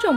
众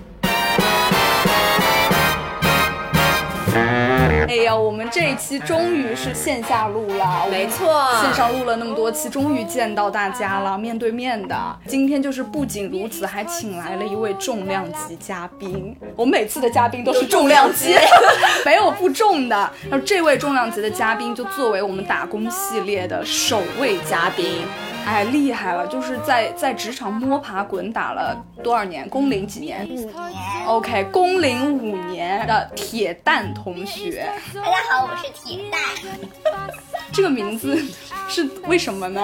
哎呀，我们这一期终于是线下录了，没错线上录了那么多期，终于见到大家了，面对面的。今天就是不仅如此，还请来了一位重量级嘉宾。我每次的嘉宾都是重量级， 没有不重的。然后这位重量级的嘉宾就作为我们打工系列的首位嘉嘉宾。宾，哎，厉害了！就是在在职场摸爬滚打了多少年？工龄几年？OK，工龄五年的铁蛋同学，大家好，我是铁蛋，这个名字是为什么呢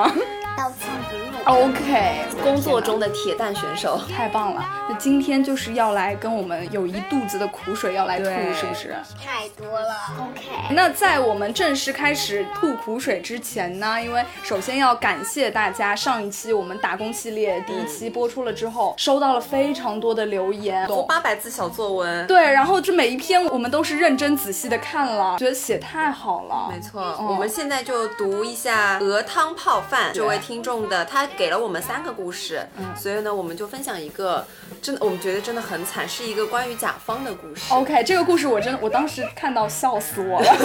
刀枪不入。 ？OK，工作中的铁蛋选手，太棒了！那今天就是要来跟我们有一肚子的苦水要来吐，对是不是？太多了，OK。那在我们正式开始吐苦水之前呢，因为首先要感谢大家，上一期我们打工系列第一期播出了之后，收到了非常多的留言，有八百字小作文，对，然后这每一篇我们都是认真仔细的看了，觉得写太好了，没错，我们现在就读一下鹅汤泡饭这位听众的，他给了我们三个故事，所以呢，我们就分享一个，真的我们觉得真的很惨，是一个关于甲方的故事。 OK，这个故事我真的，我当时看到笑死我了。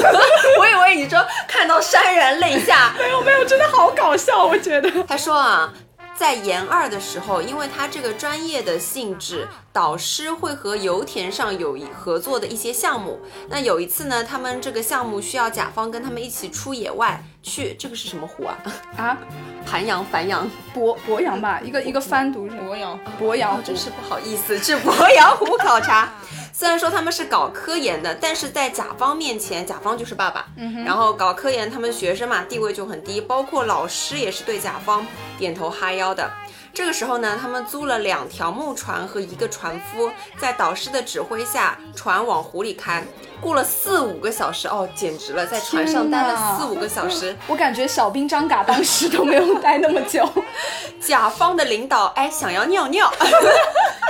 我以为你说看到潸然泪下， 没有没有，真的好搞笑，我觉得。他说啊，在研二的时候，因为他这个专业的性质，导师会和油田上有一合作的一些项目。那有一次呢，他们这个项目需要甲方跟他们一起出野外去，这个是什么湖啊？啊，盘阳、繁阳、博博洋吧，一个一个翻读是博洋，啊博洋湖真 是不好意 思，去鄱阳湖考察。 虽然说他们是搞科研的，但是在甲方面前，甲方就是爸爸。嗯、然后搞科研，他们学生嘛地位就很低，包括老师也是对甲方点头哈腰的。这个时候呢，他们租了两条木船和一个船夫，在导师的指挥下，船往湖里开。过了四五个小时，哦，简直了，在船上待天哪了四五个小时，我感觉小兵张嘎当时都没有待那么 久。甲方的领导哎想要尿 尿，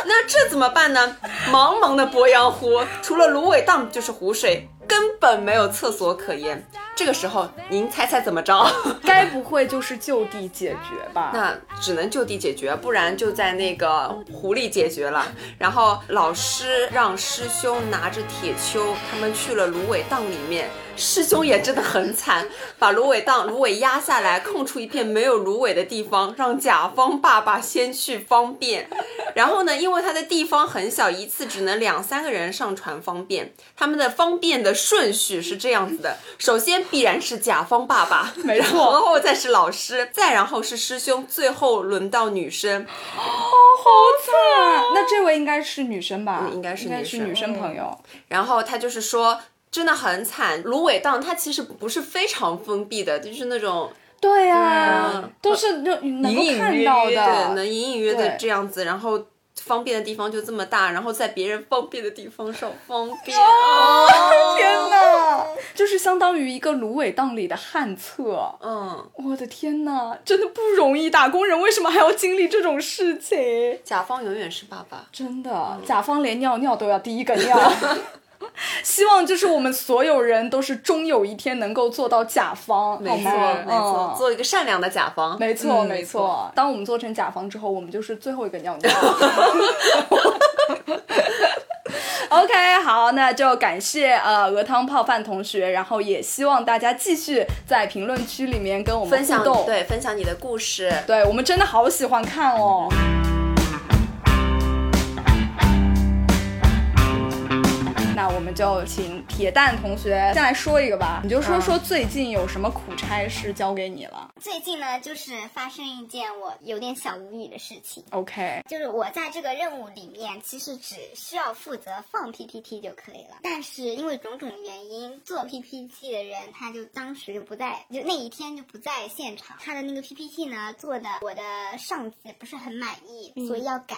那这怎么办呢？茫茫的鄱阳湖，除了芦苇荡就是湖水，根本没有厕所可言。这个时候，您猜猜怎么着？该不会就是就地解决吧？那只能就地解决，不然就在那个湖里解决了。然后老师让师兄拿着铁锹，他们去了芦苇荡里面。师兄也真的很惨，把芦苇荡芦苇压下来，空出一片没有芦苇的地方，让甲方爸爸先去方便。然后呢，因为他的地方很小，一次只能两三个人上船方便。他们的方便的顺序是这样子的：首先必然是甲方爸爸，没错然后再是老师，再然后是师兄，最后轮到女生。那这位应该是女生嗯吧？嗯应该是啊应该女是生女生朋友。然后他就是说。真的很惨，芦苇荡它其实不是非常封闭的，就是那种对呀啊，都是就能够隐隐看约到约对，的。能隐隐约的对这样子，然后方便的地方就这么大，然后在别人方便的地方上方便，天哪，就是相当于一个芦苇荡里的旱厕。嗯，我的天呐，真的不容易，打工人为什么还要经历这种事情？甲方永远是爸爸。真的，甲方连尿尿都要第一个尿。 希望就是我们所有人都是终有一天能够做到甲方，没好错，吗没错，嗯做一个善良的甲方。没错，嗯没错。当我们做成甲方之后，我们就是最后一个尿 尿。OK，好，那就感谢呃鹅汤泡饭同学，然后也希望大家继续在评论区里面跟我们分互享动。对，分享你的故事。对我们真的好喜欢看哦。那我们就请铁蛋同学先来说一个吧，你就说说最近有什么苦差事交给你了。最近呢，就是发生一件我有点小无语的事情， OK，就是我在这个任务里面，其实只需要负责放 PPT 就可以了。但是因为种种原因，做 PPT 的人他就当时就不在，就那一天就不在现场。他的那个 PPT 呢，做的我的上级不是很满意，所以要改。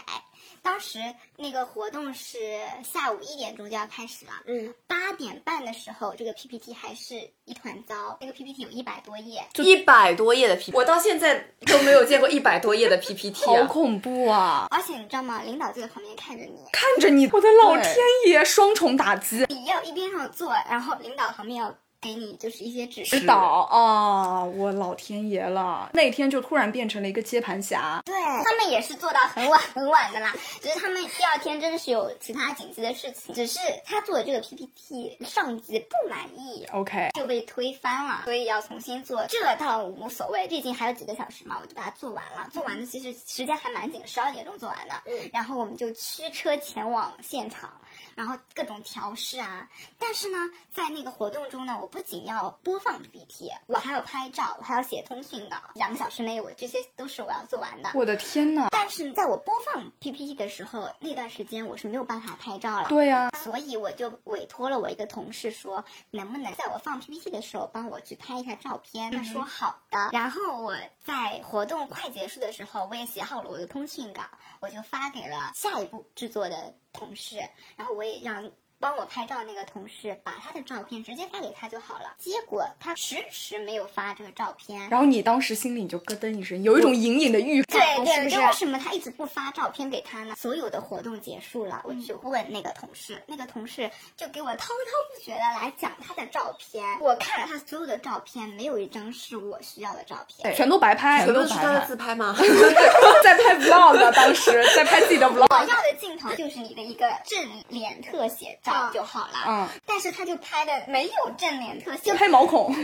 当时那个活动是下午一点钟就要开始了，嗯，八点半的时候，这个 PPT 还是一团糟。那个 PPT 有一百多页，一百多页的 PPT，我到现在都没有见过一百多页的 PPT 好啊！恐怖啊！而且你知道吗？领导就在旁边看着你，看着你，我的老天爷，双重打击，你要一边上做，然后领导旁边要给你就是一些指示指。导啊！我老天爷了，那天就突然变成了一个接盘侠。对他们也是做到很晚很晚的啦，只是他们第二天真的是有其他紧急的事情，只是他做的这个 PPT 上级不满意， OK，就被推翻了，所以要重新做。这倒无所谓，毕竟还有几个小时嘛，我就把它做完了。做完的其实时间还蛮紧，十二点钟做完的。然后我们就驱车前往现场，然后各种调试啊。但是呢，在那个活动中呢，我不仅要播放 PPT，我还要拍照，我还要写通讯稿。两个小时内，我这些都是我要做完的。我的天呐！但是在我播放 PPT 的时候，那段时间我是没有办法拍照了。对啊呀、所以我就委托了我一个同事说，能不能在我放 PPT 的时候帮我去拍一下照片？他说好的。然后我在活动快结束的时候，我也写好了我的通讯稿，我就发给了下一步制作的同事，然后我也让。帮我拍照那个同事把他的照片直接发给他就好了，结果他迟迟没有发这个照片，然后你当时心里就咯噔一声，有一种隐隐的预感，对对，啊是不就为是？什么他一直不发照片给他呢？所有的活动结束了，我嗯就问那个同事，那个同事就给我滔滔不绝的来讲他的照片。我看了他所有的照片，没有一张是我需要的照片。全都白拍，全部都都是白他的拍，自拍吗？ 在拍 vlog，当时在拍自己的我 vlog。要的镜头就是你的一个正脸特写照就好了， 嗯，但是他就拍的没有正脸特写，拍毛孔，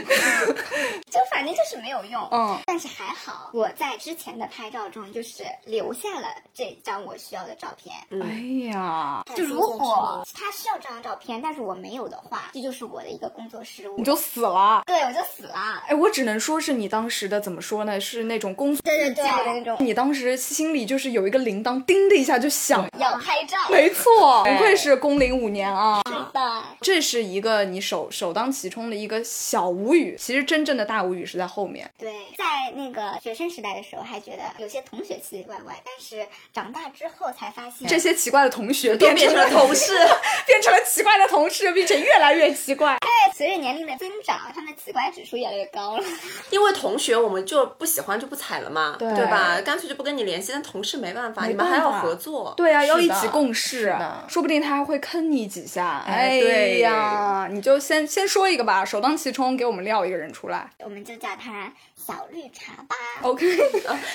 就反正就是没有用。嗯，但是还好，我在之前的拍照中就是留下了这张我需要的照片。嗯哎呀，就如果他需要这张照片，但是我没有的话，这就是我的一个工作失误你。就死了。对，我就死了。哎，我只能说是你当时的怎么说呢？是那种工作对对对，的那种你当时心里就是有一个铃铛，叮的一下就响。要拍照，没错，不愧是工龄五年啊！是的，这是一个你首首当其冲的一个小无语，其实真正的大无语是在后面。对。在那个学生时代的时候，还觉得有些同学奇奇怪怪，但是长大之后才发现，这些奇怪的同学都变变成成了了同事， 变成了奇怪的同事，并且越来越奇怪。哎，随着年龄的增长，他们奇怪指数越来越高了。 因为同学我们就不喜欢就不踩了嘛，对吧？干脆就不跟你联系。但同事没办法，没你们办还要法合作。对啊，是要一的起共事的，说不定他还会坑你几下。哎哎对呀，你就先先说一个吧，首当其冲给我们撂一个人出来。我们就叫他小绿茶吧。 OK，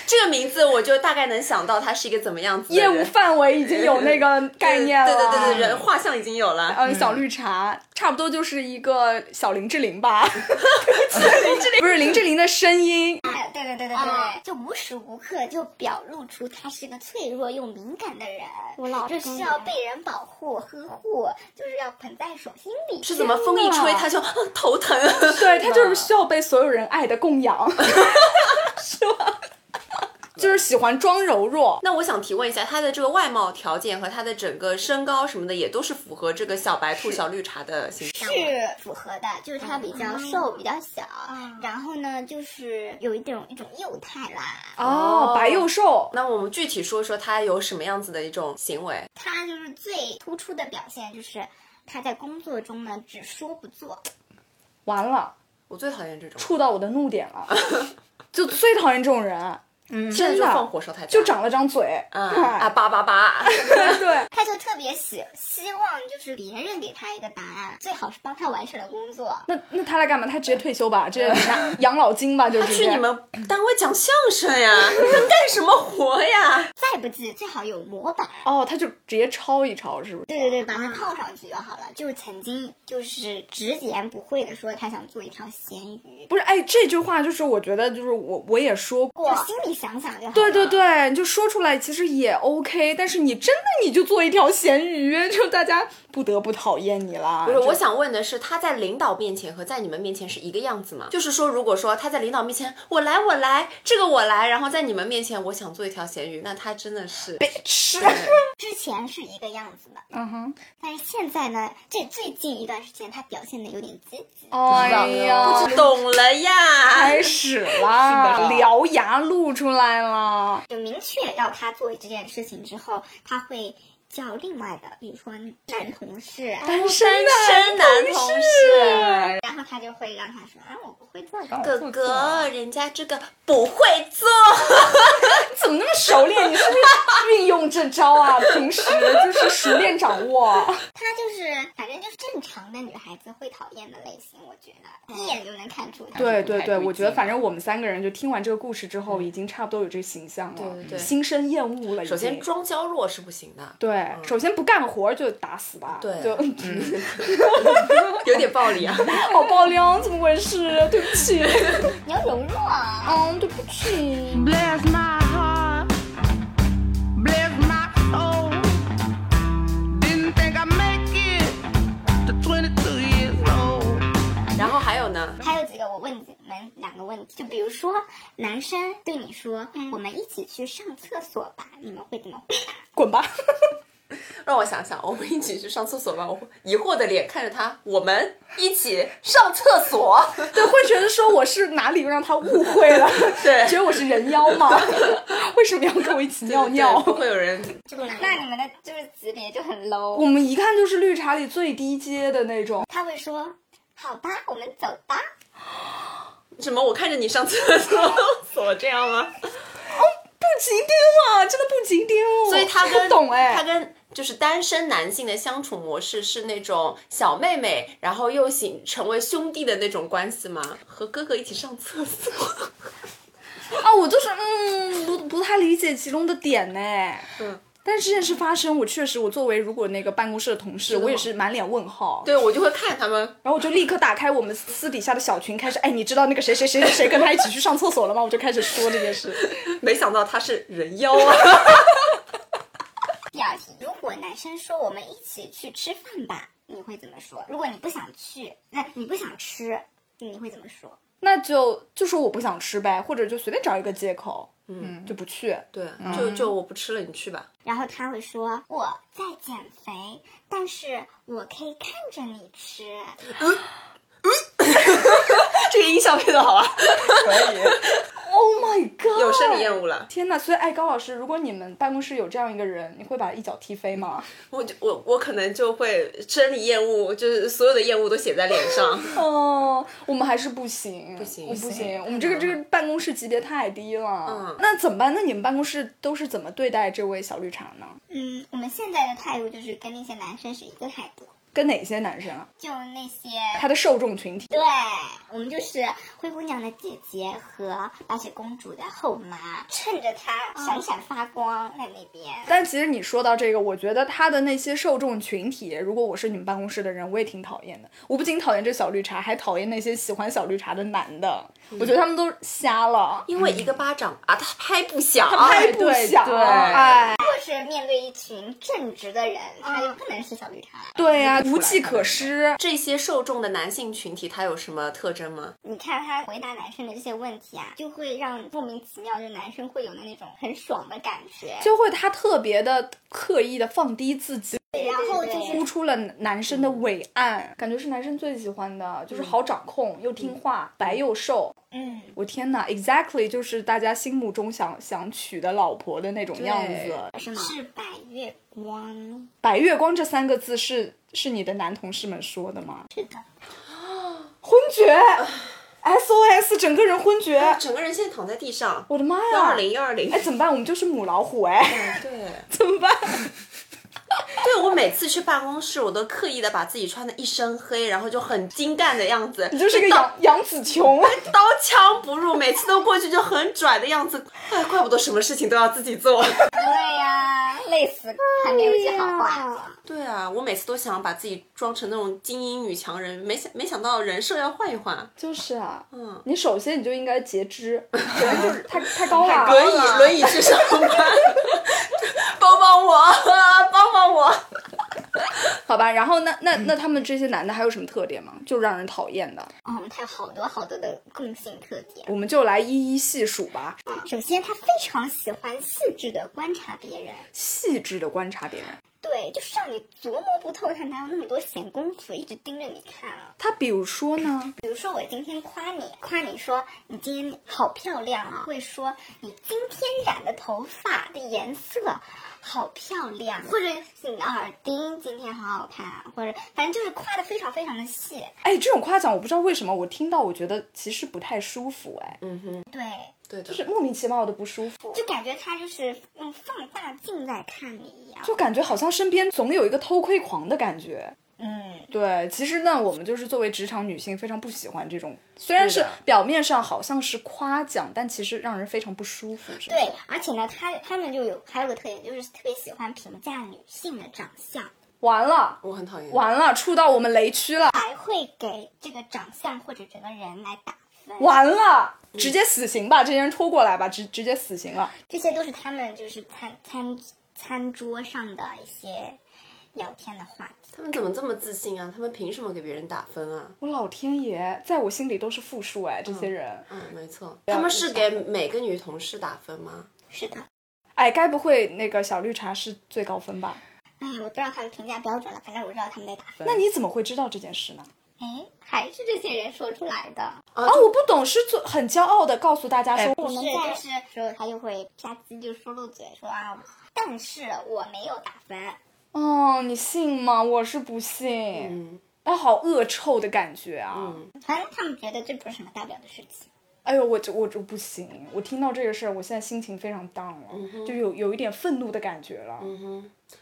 这个名字我就大概能想到他是一个怎么样子 的业务人范围已经有那个概念了。对对对对，人嗯画像已经有了。呃，小绿茶差不多就是一个小林志玲 吧，林志玲不是林志玲的声音，哎，对对对对啊对，就无时无刻就表露出他是个脆弱又敏感的人，我老就公需要呀被人保护呵护，就是要捧在手心里。是怎么风一吹天哪他就啊头疼？ 对她就是需要被所有人爱的供养，是吧？ 就是喜欢装柔弱，那我想提问一下，他的这个外貌条件和他的整个身高什么的，也都是符合这个小白兔、小绿茶的形象。是符合的，就是他比较嗯瘦，比较小，然后呢，就是有一种一种幼态啦。哦，白又瘦，那我们具体说说他有什么样子的一种行为？他就是最突出的表现就是他在工作中呢只说不做，完了，我最讨厌这种，触到我的怒点了，就最讨厌这种人，嗯现在真就放的，火烧太大就长了张嘴，啊啊哎叭叭 叭！对，他就特别喜希望就是别人给他一个答案，最好是帮他完成了工作。那那他来干嘛？他直接退休吧，直接拿养老金吧，就嗯他直接去你们单位讲相声呀？他干什么活 呀？再不济最好有模板。哦，他就直接抄一抄，是不是？对对对，把它套上去就好了。就是曾经就是直言不讳的说他想做一条咸鱼，不是，哎，这句话就是我觉得就是我我也说过，就心里想想就好了。对对对，你就说出来其实也 OK，但是你真的你就做一条咸鱼，就大家不得不讨厌你啦。不是，就我想问的是，他在领导面前和在你们面前是一个样子吗？就是说，如果说他在领导面前我来我来，这个我来，然后在你们面前我想做一条咸鱼，那他真的是，吃对之前是一个样子的，嗯哼，但是现在呢，这最近一段时间他表现的有点积极。哎呀，懂了呀。开始啦，是的獠牙露出来了。就明确要他做这件事情之后，他会叫另外的，比如说男同事啊，单身生男同事，然后他就会让他说啊，我不会做这个。哥哥，人家这个不会做，你怎么那么熟练？你是不是运用这招啊？平时就是熟练掌握。他就是反正就是正常的女孩子会讨厌的类型，我觉得一眼就能看出他。对对太对，对我觉得劲反正我们三个人就听完这个故事之后，已经差不多有这形象了，对对对心生厌恶了已经。首先装娇弱是不行的，对，首先不干活就打死吧，对就 有点暴力啊。好爆料，怎么回事？对不起，你要柔弱啊。嗯，对不起。 Bless my heart, bless my soul. Didn't think I'd make it to 22 years old. 然后还有呢，还有几个我问你们两个问题，就比如说男生对你说、我们一起去上厕所吧”，你们会怎么回答？滚吧！让我想想，我们一起去上厕所吧。我疑惑的脸看着他，我们一起上厕所。 对， 会觉得说我是哪里让他误会了，对觉得我是人妖吗？ 为什么要跟我一起尿尿？不会有人就那你们的就是级别就很 low。 我们一看就是绿茶里最低阶的那种，他会说：“好吧，我们走吧。什么，我看着你上厕所 这样吗？不及丁啊，真的不及丁哦。所以他不 跟懂哎，他跟就是单身男性的相处模式是那种小妹妹，然后又形成为兄弟的那种关系吗？和哥哥一起上厕所， 啊，我就是嗯，不不太理解其中的点呢。嗯。但是这件事发生，我确实，我作为如果那个办公室的同事，我也是满脸问号。对我就会看他们，然后我就立刻打开我们私底下的小群，开始哎，你知道那个谁谁谁谁谁跟他一起去上厕所了吗？我就开始说这件事。没想到他是人妖啊！” 第二题，如果男生说“我们一起去吃饭吧”，你会怎么说？如果你不想去，那你不想吃，你会怎么说？那就就说我不想吃呗，或者就随便找一个借口，嗯，就不去。对，嗯就就我不吃了，你去 吧。然后他会说：“我在减肥，但是我可以看着你吃。这个音效配的好啊， Oh my god！有生理厌恶了。天呐，所以哎，高老师，如果你们办公室有这样一个人，你会把他一脚踢飞吗？我就我我可能就会生理厌恶，就是所有的厌恶都写在脸上。 哦，我们还是不行，不行我不行，我们这个这个办公室级别太低了。嗯那怎么办？那你们办公室都是怎么对待这位小绿茶呢？”嗯，我们现在的态度就是跟那些男生是一个态度，跟哪些男生啊？就那些他的受众群体？对，我们就是灰姑娘的姐姐和白雪公主的后妈，嗯趁着她闪闪发光在那边。但其实你说到这个，我觉得他的那些受众群体，如果我是你们办公室的人，我也挺讨厌的。我不仅讨厌这小绿茶，还讨厌那些喜欢小绿茶的男的。嗯我觉得他们都瞎了，因为一个巴掌啊，他拍不响，啊他拍不响。对哎，如果是面对一群正直的人，她就不能是小绿茶。对呀、无计可施。这些受众的男性群体，他有什么特征吗？你看她回答男生的这些问题啊，就会让莫名其妙的男生会有的那种很爽的感觉。就会他特别的刻意的放低自己，然后就是突出了男生的伟岸，感觉是男生最喜欢的，就是嗯好掌控又听话，白又瘦，嗯，我天哪，exactly 就是大家心目中想想娶的老婆的那种样子。是吗？嗯是白月光，白月光这三个字是是你的男同事们说的吗？是的，昏厥，SOS，整个人昏厥，哎整个人现在躺在地上，我的妈呀！幺二零幺二零嗯哎，。怎么办？我们就是母老虎哎，对，怎么办？对我每次去办公室，我都刻意的把自己穿的一身黑，然后就很精干的样子，你就是个杨杨紫琼。刀枪不入，每次都过去就很拽的样子，哎，怪不得什么事情都要自己做。对呀、累死，还没有一句好话讲。 对啊，我每次都想把自己装成那种精英女强人，没想没想到人设要换一换，就是啊，嗯，你首先你就应该截肢，可能就是太太高了。啊轮椅轮椅去 上班，帮帮我，帮帮我。好吧，然后那那那他们这些男的还有什么特点吗？就让人讨厌的，嗯，他有好多好多的共性特点。我们就来一一细数吧。首先，他非常喜欢细致的观察别人，细致的观察别人，对，就是让你琢磨不透他哪有那么多闲工夫一直盯着你看啊。他比如说呢，比如说我今天夸你，夸你说你今天好漂亮啊，会说你今天染的头发的颜色好漂亮，或者你的耳钉今天好好看啊，或者反正就是夸的非常非常的细。哎，这种夸奖我不知道为什么我听到我觉得其实不太舒服，哎，对，对的就，是莫名其妙的不舒服，就感觉他就是用放大镜在看你一样。就感觉好像身边总有一个偷窥狂的感觉。嗯，对，其实呢，我们就是作为职场女性，非常不喜欢这种，虽然对是的表面上好像是夸奖，但其实让人非常不舒服。是吧，对，而且呢，他他们就有还有个特点，就是特别喜欢评价女性的长相，完了，我很讨厌。完了，触到我们雷区了，还会给这个长相或者整个人来打分。完了，直接死刑吧，这些人拖过来吧，直直接死刑了。这些都是他们就是餐餐餐桌上的一些聊天的话题。他们怎么这么自信啊？他们凭什么给别人打分啊？我老天爷，在我心里都是负数哎，这些人，嗯，没错，他们是给每个女同事打分吗？是的，哎，该不会那个小绿茶是最高分吧？哎，我不知道他的评价标准了，反正我知道他们在打分。那你怎么会知道这件事呢？哎，还是这些人说出来的。啊哎啊，我不懂，是做很骄傲的告诉大家说，我们在在就是说，他就会啪叽就说漏嘴，说啊，但是我没有打分。哦，你信吗？我是不信。嗯，哎，好恶臭的感觉啊！嗯反正他们觉得这不是什么大不了的事情。哎呦，我就我就不行，我听到这个事儿，我现在心情非常 down 了，嗯就有有一点愤怒的感觉了。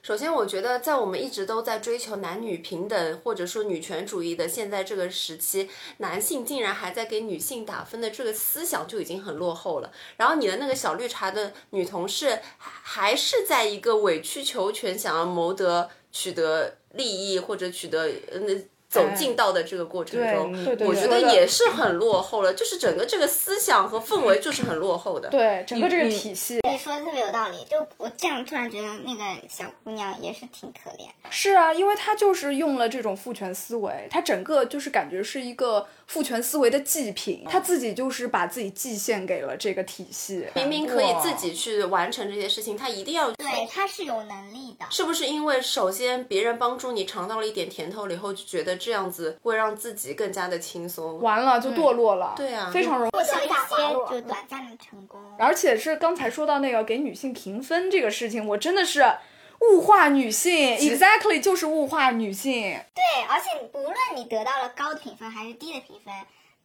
首先，我觉得在我们一直都在追求男女平等或者说女权主义的现在这个时期，男性竟然还在给女性打分的这个思想就已经很落后了。然后你的那个小绿茶的女同事还还是在一个委曲求全，想要谋得取得利益或者取得呃那。走近道的这个过程中，哎对对对我觉得说的也是很落后了，就是整个这个思想和氛围就是很落后的。对，整个这个体系你说的特别有道理，就我这样突然觉得那个小姑娘也是挺可怜。是啊，因为他就是用了这种父权思维，他整个就是感觉是一个父权思维的祭嗯品，他自己就是把自己祭献给了这个体系。明明可以自己去完成这些事情，他一定要对，她是有能力的。是不是因为首先别人帮助你尝到了一点甜头了以后，就觉得这样子会让自己更加的轻松？完了就堕落了，对啊非常容易。获得一些就短暂的成功，而且是刚才说到那个给女性评分这个事情，我真的是物化女性，exactly 就是物化女性。对，而且无论你得到了高的评分还是低的评分，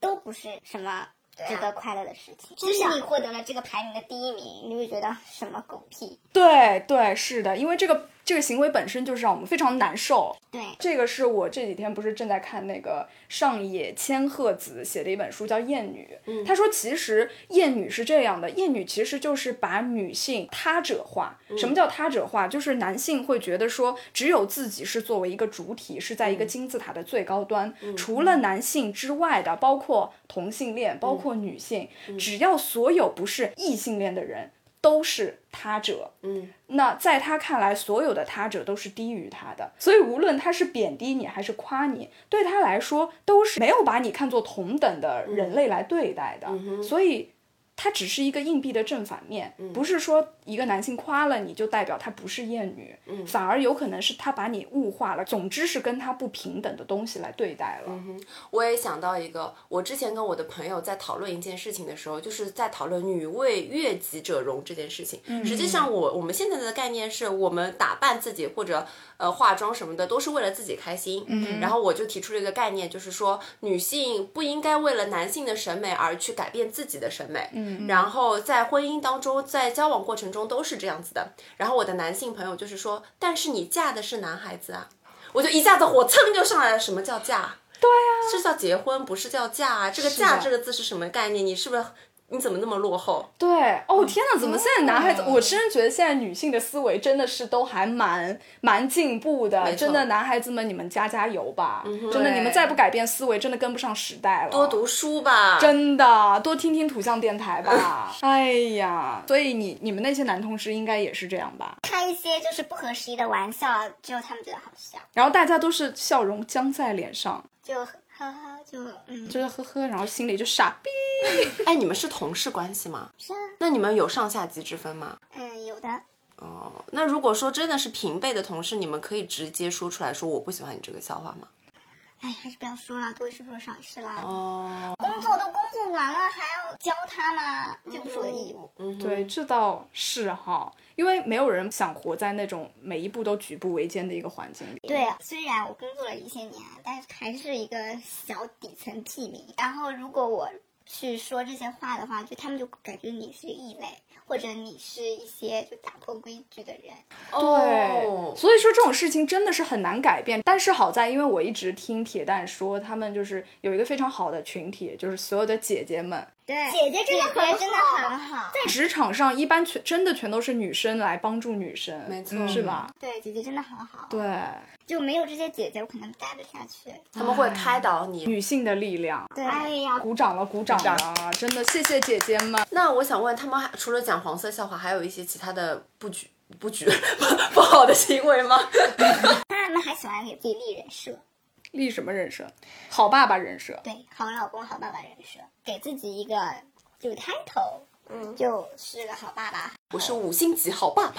都不是什么值得快乐的事情。啊就是你获得了这个排名的第一名，你会觉得什么狗屁？对对，是的，因为这个这个行为本身就是让我们非常难受。对，这个是我这几天不是正在看那个上野千鹤子写的一本书，叫《厌女》。她说，其实厌女是这样的，厌女其实就是把女性他者化。什么叫他者化？就是男性会觉得说，只有自己是作为一个主体，是在一个金字塔的最高端，除了男性之外的，包括同性恋，包括女性，只要所有不是异性恋的人，都是他者。嗯，那在他看来，所有的他者都是低于他的，所以无论他是贬低你还是夸你，对他来说都是没有把你看作同等的人类来对待的。所以，他只是一个硬币的正反面，不是说一个男性夸了你就代表他不是厌女，反而有可能是他把你物化了。总之是跟他不平等的东西来对待了。我也想到一个，我之前跟我的朋友在讨论一件事情的时候，就是在讨论“女为悦己者容”这件事情。实际上我，我们现在的概念是我们打扮自己或者呃化妆什么的，都是为了自己开心。嗯，然后我就提出了一个概念，就是说女性不应该为了男性的审美而去改变自己的审美。嗯，然后在婚姻当中，在交往过程中都是这样子的。然后我的男性朋友就是说，但是你嫁的是男孩子啊，我就一下子火蹭就上来了，什么啊叫嫁？这叫结婚，不是叫嫁啊！这个“的嫁”这个字是什么概念？你是不是你怎么那么落后？对，哦嗯天哪，怎么现在男孩子？哦我真的觉得现在女性的思维真的是都还蛮蛮进步的，没错嗯真的男孩子们你们加加油吧！真的对你们再不改变思维，真的跟不上时代了。多读书吧。真的多听听土象电台 吧。哎呀，所以你你们那些男同事应该也是这样吧？开一些就是不合时宜的玩笑，只有他们觉得好笑，然后大家都是笑容僵在脸上，就呵呵就嗯，就是呵呵，然后心里就傻逼。哎，你们是同事关系吗？是啊，那你们有上下级之分吗？嗯，有的哦，那如果说真的是平辈的同事，你们可以直接说出来说我不喜欢你这个笑话吗？哎，还是不要说了，多一事不如少一事啦。哦，工作都工作完了，还要教他吗？这不是我的义务。嗯哼，对，这倒是哈，因为没有人想活在那种每一步都举步维艰的一个环境里。对，啊虽然我工作了一些年，但是还是一个小底层屁民。然后，如果我去说这些话的话，就他们就感觉你是异类，或者你是一些就打破规矩的人。哦对，所以说这种事情真的是很难改变。但是好在，因为我一直听铁蛋说，他们就是有一个非常好的群体，就是所有的姐姐们，对，姐姐真的很真的很好。在职场上一般全真的全都是女生来帮助女生，没错是吧？对，姐姐真的很好。对，就没有这些姐姐，我可能待不下去。他们会开导你。女性的力量，对，哎呀，鼓掌了，鼓掌了，真的谢谢姐姐们。那我想问，他们还除了讲黄色笑话，还有一些其他的不举不举不 好的行为吗？他们还喜欢给自己立人设。立什么人设？好爸爸人设。对，好老公、好爸爸人设，给自己一个就 title，嗯，就是个好爸爸、 我是五星级 好爸爸，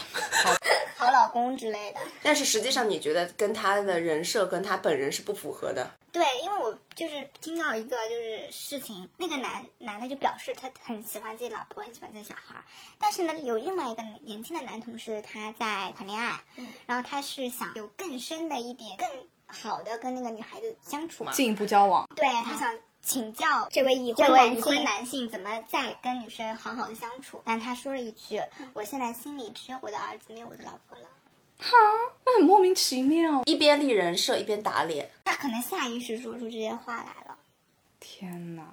好老公之类的。但是实际上你觉得跟他的人设跟他本人是不符合的。对，因为我就是听到一个就是事情，那个男男的就表示他很喜欢自己老婆，很喜欢自己小孩儿，但是呢，有另外一个年轻的男同事他在谈恋爱，然后他是想有更深的一点，更好的跟那个女孩子相处嘛，进一步交往，对他想请教这位已婚男性男性怎么再跟女生好好的相处，但他说了一句：“我现在心里只有我的儿子，没有我的老婆了。那很莫名其妙。一边立人设一边打脸，”他可能下意识说出这些话来了。天哪！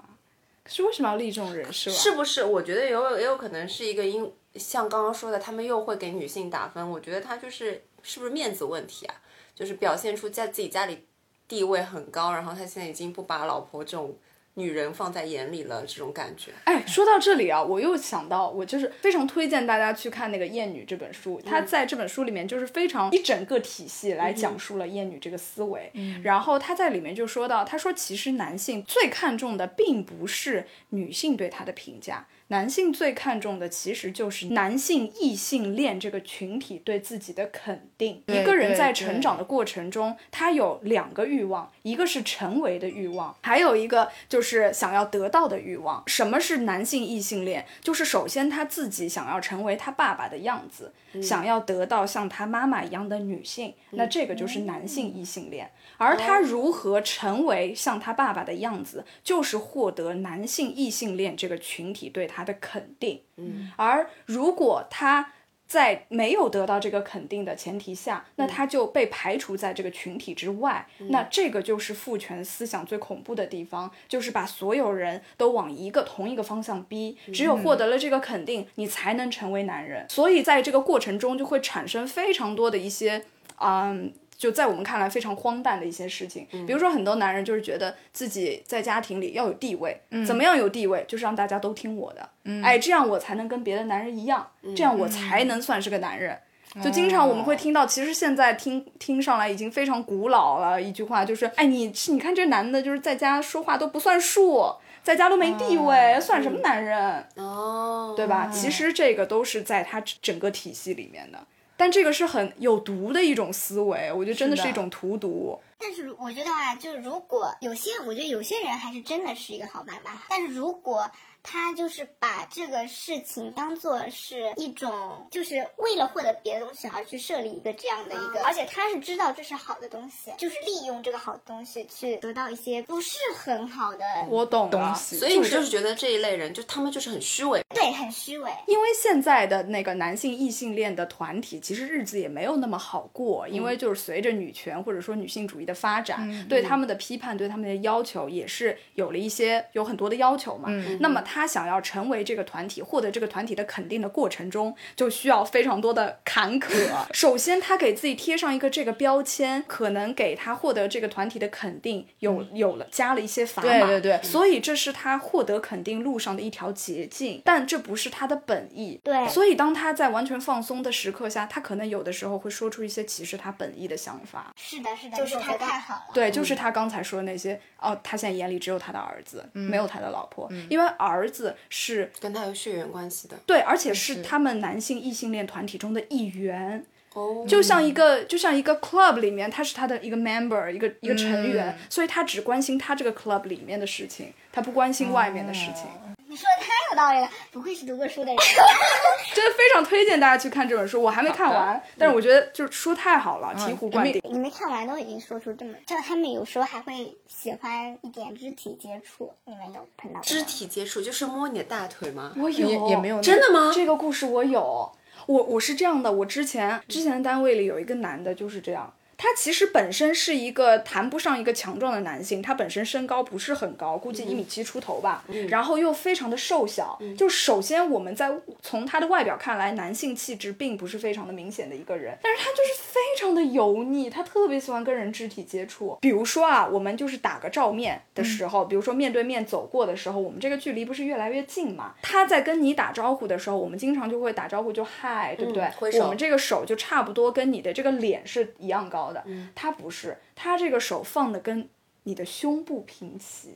可是为什么要立这种人设、啊？是不是？我觉得也有也有可能是一个因，像刚刚说的，他们又会给女性打分。我觉得他就是是不是面子问题啊？就是表现出在自己家里地位很高，然后他现在已经不把老婆这种女人放在眼里了，这种感觉。哎，说到这里啊，我又想到，我就是非常推荐大家去看那个《厌女》这本书。它在这本书里面就是非常一整个体系来讲述了厌女这个思维。然后他在里面就说到，他说其实男性最看重的并不是女性对他的评价，男性最看重的其实就是男性异性恋这个群体对自己的肯定。对一个人对在对成长的过程中，他有两个欲望，一个是成为的欲望，还有一个就是想要得到的欲望。什么是男性异性恋？就是首先他自己想要成为他爸爸的样子，想要得到像他妈妈一样的女性，那这个就是男性异性恋。而他如何成为像他爸爸的样子，就是获得男性异性恋这个群体对他的肯定。嗯，而如果他在没有得到这个肯定的前提下，那他就被排除在这个群体之外。那这个就是父权思想最恐怖的地方，就是把所有人都往一个同一个方向逼。只有获得了这个肯定，你才能成为男人。所以在这个过程中，就会产生非常多的一些，嗯。就在我们看来非常荒诞的一些事情，比如说很多男人就是觉得自己在家庭里要有地位，怎么样有地位，就是让大家都听我的，哎，这样我才能跟别的男人一样，这样我才能算是个男人。就经常我们会听到，其实现在听听上来已经非常古老了一句话，就是哎，你你看这男的，就是在家说话都不算数，在家都没地位，算什么男人？哦，对嗯吧？其实这个都是在它整个体系里面的，但这个是很有毒的一种思维，我觉得真的是是的一种荼毒。但是我觉得啊，就是如果有些，我觉得有些人还是真的是一个好爸爸，但是如果他就是把这个事情当做是一种，就是为了获得别的东西而去设立一个这样的一个，而且他是知道这是好的东西，就是利用这个好东西去得到一些不是很好的，我懂东了，西所以你就是觉得这一类人，就他们就是很虚伪。对，很虚伪。因为现在的那个男性异性恋的团体，其实日子也没有那么好过，因嗯为就是随着女权或者说女性主义的发展， 嗯对他们的批判、对他们的要求也是有了一些有很多的要求嘛。那么他他想要成为这个团体、获得这个团体的肯定的过程中，就需要非常多的坎坷。 首先，他给自己贴上一个这个标签，可能给他获得这个团体的肯定有有了加了一些砝码。嗯对对对所以这是他获得肯定路上的一条捷径，但这不是他的本意。对所以当他在完全放松的时刻下，他可能有的时候会说出一些歧视他本意的想法。是的，是的，就是你总他结得太好了。对，嗯就是他刚才说的那些哦，他现在眼里只有他的儿子，嗯没有他的老婆，因为儿子是跟他有血缘关系的对，而且是他们男性异性恋团体中的一员。嗯哦，就像一个就像一个 club 里面，他是他的一个 member，一个一个成员，嗯所以他只关心他这个 club 里面的事情，他不关心外面的事情。哦你说的太有道理了，不愧是读过书的人。 真的非常推荐大家去看这本书，我还没看完，但是我觉得就是书太好了，嗯醍醐灌顶。你们看完都已经说出这么，就他们有时候还会喜欢一点肢体接触，你们有碰到过吗肢体接触，就是摸你的大腿吗？我有也也没有那真的吗这个故事我有，我我是这样的，我之前之前单位里有一个男的就是这样。他其实本身是一个谈不上一个强壮的男性，他本身身高不是很高，估计一米七出头吧，然后又非常的瘦小。就首先我们在从他的外表看来，男性气质并不是非常的明显的一个人，但是他就是非常的油腻，他特别喜欢跟人肢体接触。比如说啊，我们就是打个照面的时候，比如说面对面走过的时候，我们这个距离不是越来越近嘛？他在跟你打招呼的时候，我们经常就会打招呼就嗨，对不对？挥手我们这个手就差不多跟你的这个脸是一样高的，嗯他不是，他这个手放的跟你的胸部平齐。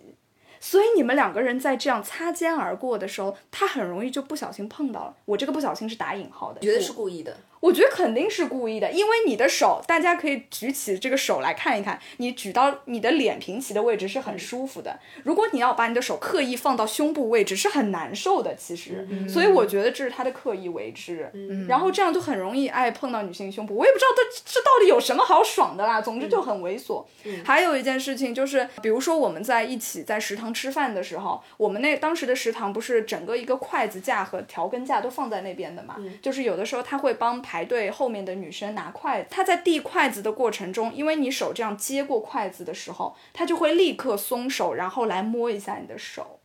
所以你们两个人在这样擦肩而过的时候，他很容易就不小心碰到了。我这个不小心是打引号的，觉得是故意的，我觉得肯定是故意的，因为你的手，大家可以举起这个手来看一看，你举到你的脸平齐的位置是很舒服的。如果你要把你的手刻意放到胸部位置，是很难受的。其实，所以我觉得这是他的刻意为之。然后这样就很容易哎碰到女性胸部，我也不知道这这到底有什么好爽的啦。总之就很猥琐。还有一件事情就是，比如说我们在一起在食堂吃饭的时候，我们那当时的食堂不是整个一个筷子架和调羹架都放在那边的嘛，就是有的时候他会帮排队后面的女生拿筷子，他在递筷子的过程中，因为你手这样接过筷子的时候，他就会立刻松手，然后来摸一下你的手，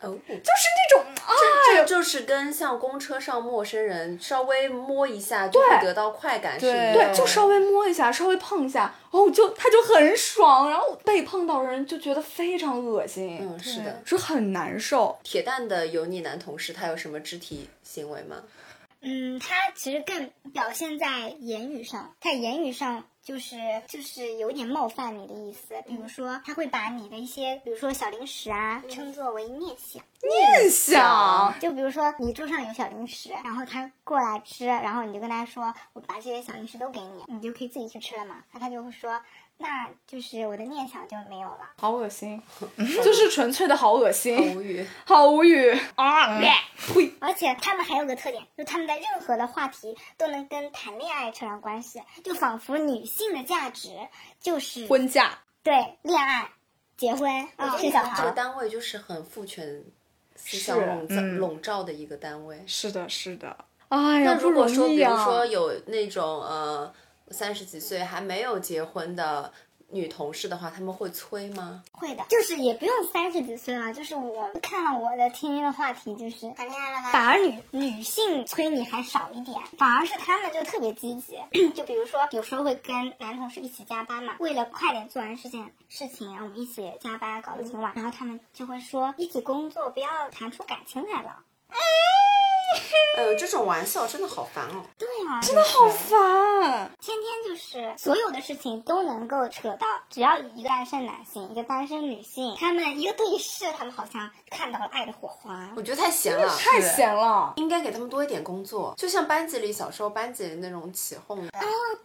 哦，就是那种啊，这就是跟像公车上陌生人稍微摸一下就会对得到快感是一对样的，对，就稍微摸一下，稍微碰一下，哦，就他就很爽，然后被碰到人就觉得非常恶心，嗯，是的。是很难受。铁蛋的油腻男同事他有什么肢体行为吗？嗯，他其实更表现在言语上，在言语上就是就是有点冒犯你的意思，比如说他会把你的一些，比如说小零食啊，称作为念想。念想，就比如说你桌上有小零食，然后他过来吃，然后你就跟他说，我把这些小零食都给你，你就可以自己去吃了嘛。那他就会说，那就是我的念想就没有了。好恶心， 就是纯粹的好恶心，无语。好无语啊！呸，而且他们还有个特点，就是他们在任何的话题都能跟谈恋爱扯上关系，就仿佛女性的价值就是婚嫁，对恋爱、结婚、这生小个孩。单位就是很父权思想笼罩、笼罩的一个单位。是的，是的。哎呀，那如果不说，容易比如啊说有那种呃三十几岁还没有结婚的女同事的话，他们会催吗？会的，就是也不用三十几岁了，就是我看了我的天天的话题，就是谈恋爱了吗？反而女女性催你还少一点，反而是他们就特别积极。 就比如说，有时候会跟男同事一起加班嘛，为了快点做完事情事情，我们一起加班搞到挺晚，然后他们就会说一起工作，不要谈出感情来了。哎呦，这种玩笑真的好烦哦！对啊，真的好烦，天天就是所有的事情都能够扯到，只要一个单身男性，一个单身女性，他们一个对视，他们好像看到了爱的火花。我觉得太闲了。太闲了。应该给他们多一点工作，就像班级里小时候班级里那种起哄的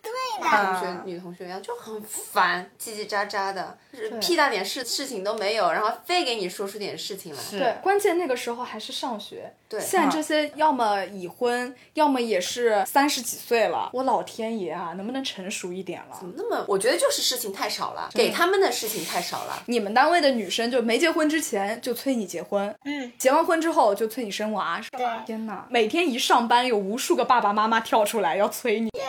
对男同的，学、女同学一样，就很烦，叽叽喳喳的，就是屁大点事事情都没有，然后非给你说出点事情来。是对，关键那个时候还是上学。对现在这些要么已婚，要么也是三十几岁了。我老天爷啊，能不能成熟一点了？怎么那么？我觉得就是事情太少了，给他们的事情太少了。你们单位的女生就没结婚之前就催你结婚，嗯，结完婚之后就催你生娃，是吧对天哪，每天一上班有无数个爸爸妈妈跳出来要催你，对，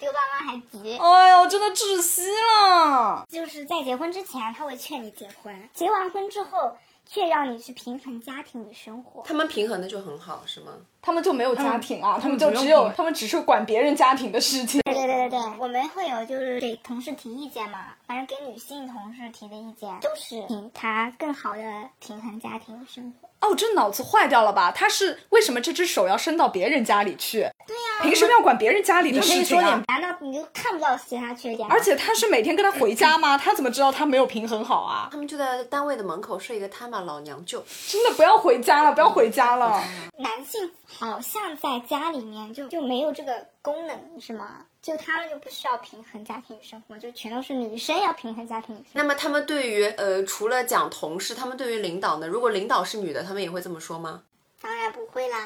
丢爸啊妈还急。哎呦，真的窒息了。就是在结婚之前，他会劝你结婚；结完婚之后，却让你去平衡家庭与生活。他们平衡的就很好，是吗？他们就没有家庭啊，他们他就们不只用有他们只是管别人家庭的事情。对对对对对，我们会有就是给同事提意见嘛，反正给女性同事提的意见都是请她更好的平衡家庭与生活。哦，这脑子坏掉了吧？他是为什么这只手要伸到别人家里去？对呀、凭什么要管别人家里的你可以事情说啊点？难道你就看不到其他缺点吗？而且他是每天跟他回家吗？他怎么知道他没有平衡好啊？他们就在单位的门口设一个他妈老娘舅，真的不要回家了，不要回家了。男性好像在家里面就就没有这个功能，是吗？就他们就不需要平衡家庭与生活，就全都是女生要平衡家庭与生活。那么他们对于呃，除了讲同事，他们对于领导呢？如果领导是女的，他们也会这么说吗？当然不会啦，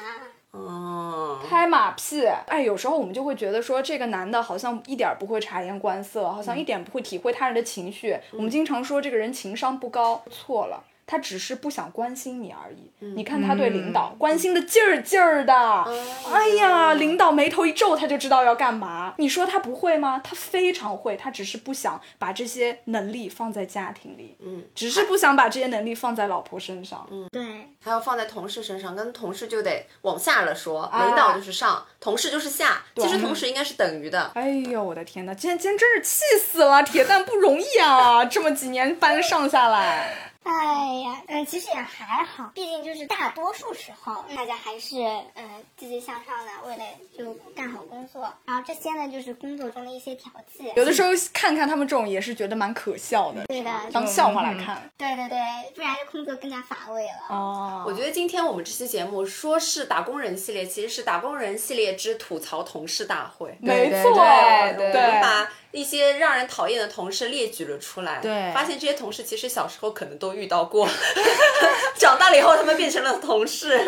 嗯，拍马屁，哎，有时候我们就会觉得说这个男的好像一点儿不会察言观色，好像一点不会体会他人的情绪。我们经常说这个人情商不高，错了。他只是不想关心你而已。你看他对领导、关心的劲儿劲儿的，哎呀，领导眉头一皱，他就知道要干嘛。你说他不会吗？他非常会，他只是不想把这些能力放在家庭里，嗯，只是不想把这些能力放在老婆身上。嗯，对，还要放在同事身上，跟同事就得往下了说，啊领导就是上，同事就是下，其实同事应该是等于的。哎呦，我的天呐，今天今天真是气死了，铁蛋不容易啊！ 这么几年班上下来，哎呀，嗯、其实也还好，毕竟就是大多数时候大家还是呃积极向上的，为了就干好工作。然后这些呢，就是工作中的一些调剂。有的时候看看他们这种也是觉得蛮可笑的，对的，当笑话来嗯看。对对对，不然这工作更加乏味了。哦，我觉得今天我们这期节目说是打工人系列，其实是打工人系列之吐槽同事大会。没错，对对对我们把一些让人讨厌的同事列举了出来，对发现这些同事其实小时候可能都遇到过， 长大了以后他们变成了同事。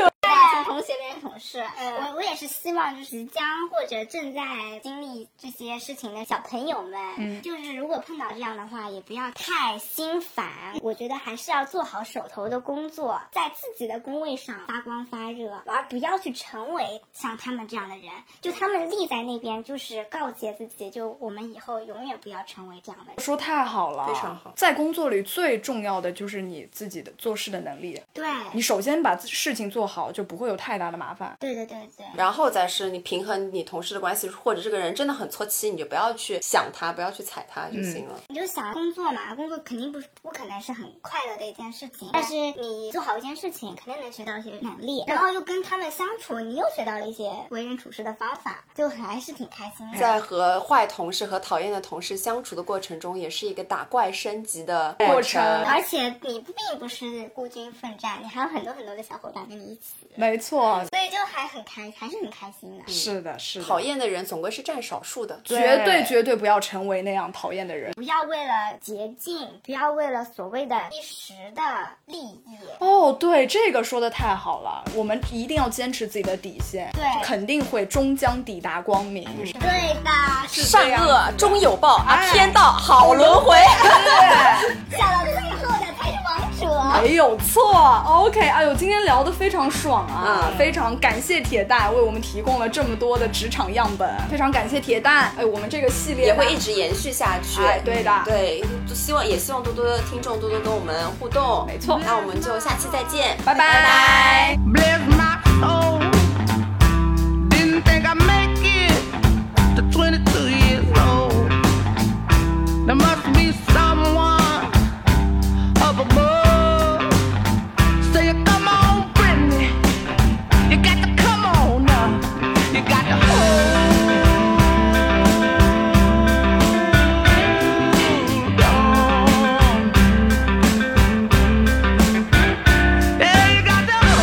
从同学变成同事。我我也是希望，就是即将或者正在经历这些事情的小朋友们，就是如果碰到这样的话，也不要太心烦。我觉得还是要做好手头的工作，在自己的工位上发光发热，而不要去成为像他们这样的人。就他们立在那边，就是告诫自己，就我们以后永远不要成为这样的人。说太好了，非常好在工作里最重要的就是你自己的做事的能力，对，你首先把事情做好，就不会有太大的麻烦。对对对对。 然后再是你平衡你同事的关系，或者这个人真的很搓气，你就不要去想他，不要去踩他就行了。你就想工作嘛，工作肯定不是不可能是很快乐的一件事情，但是你做好一件事情，肯定能学到一些能力，然后又跟他们相处，你又学到了一些为人处事的方法，就还是挺开心的。在和坏同事和讨厌的同事相处的过程中，也是一个打怪升级的过过程而且你并不是孤军奋战，你还有很多很多的小伙伴跟你一起，没错，所以就还很开，还是很开心的。是的，是的，讨厌的人总归是占少数的。绝对绝对不要成为那样讨厌的人。不要为了捷径，不要为了所谓的一时的利益，哦，对，这个说的太好了，我们一定要坚持自己的底线，对肯定会终将抵达光明。嗯对的，善恶终有报啊，哎天道好轮回。笑到最后的才是王者。没有错，OK，哎呦，今天聊得非常爽啊，嗯非常感谢铁蛋为我们提供了这么多的职场样本，非常感谢铁蛋，哎，我们这个系列也呢会一直延续下去。哎对的对，就希望也希望多多的听众多多跟我们互动。没错那我们就下期再见，拜拜 Bless my soul. Didn't think I'd make it to 22 years old. There must be someone up above. Say, come on, Brittany. You got to come on now. You got to hold on. Yeah, you got to hold.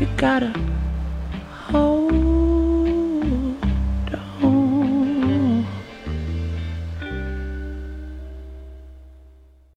You gotta hold.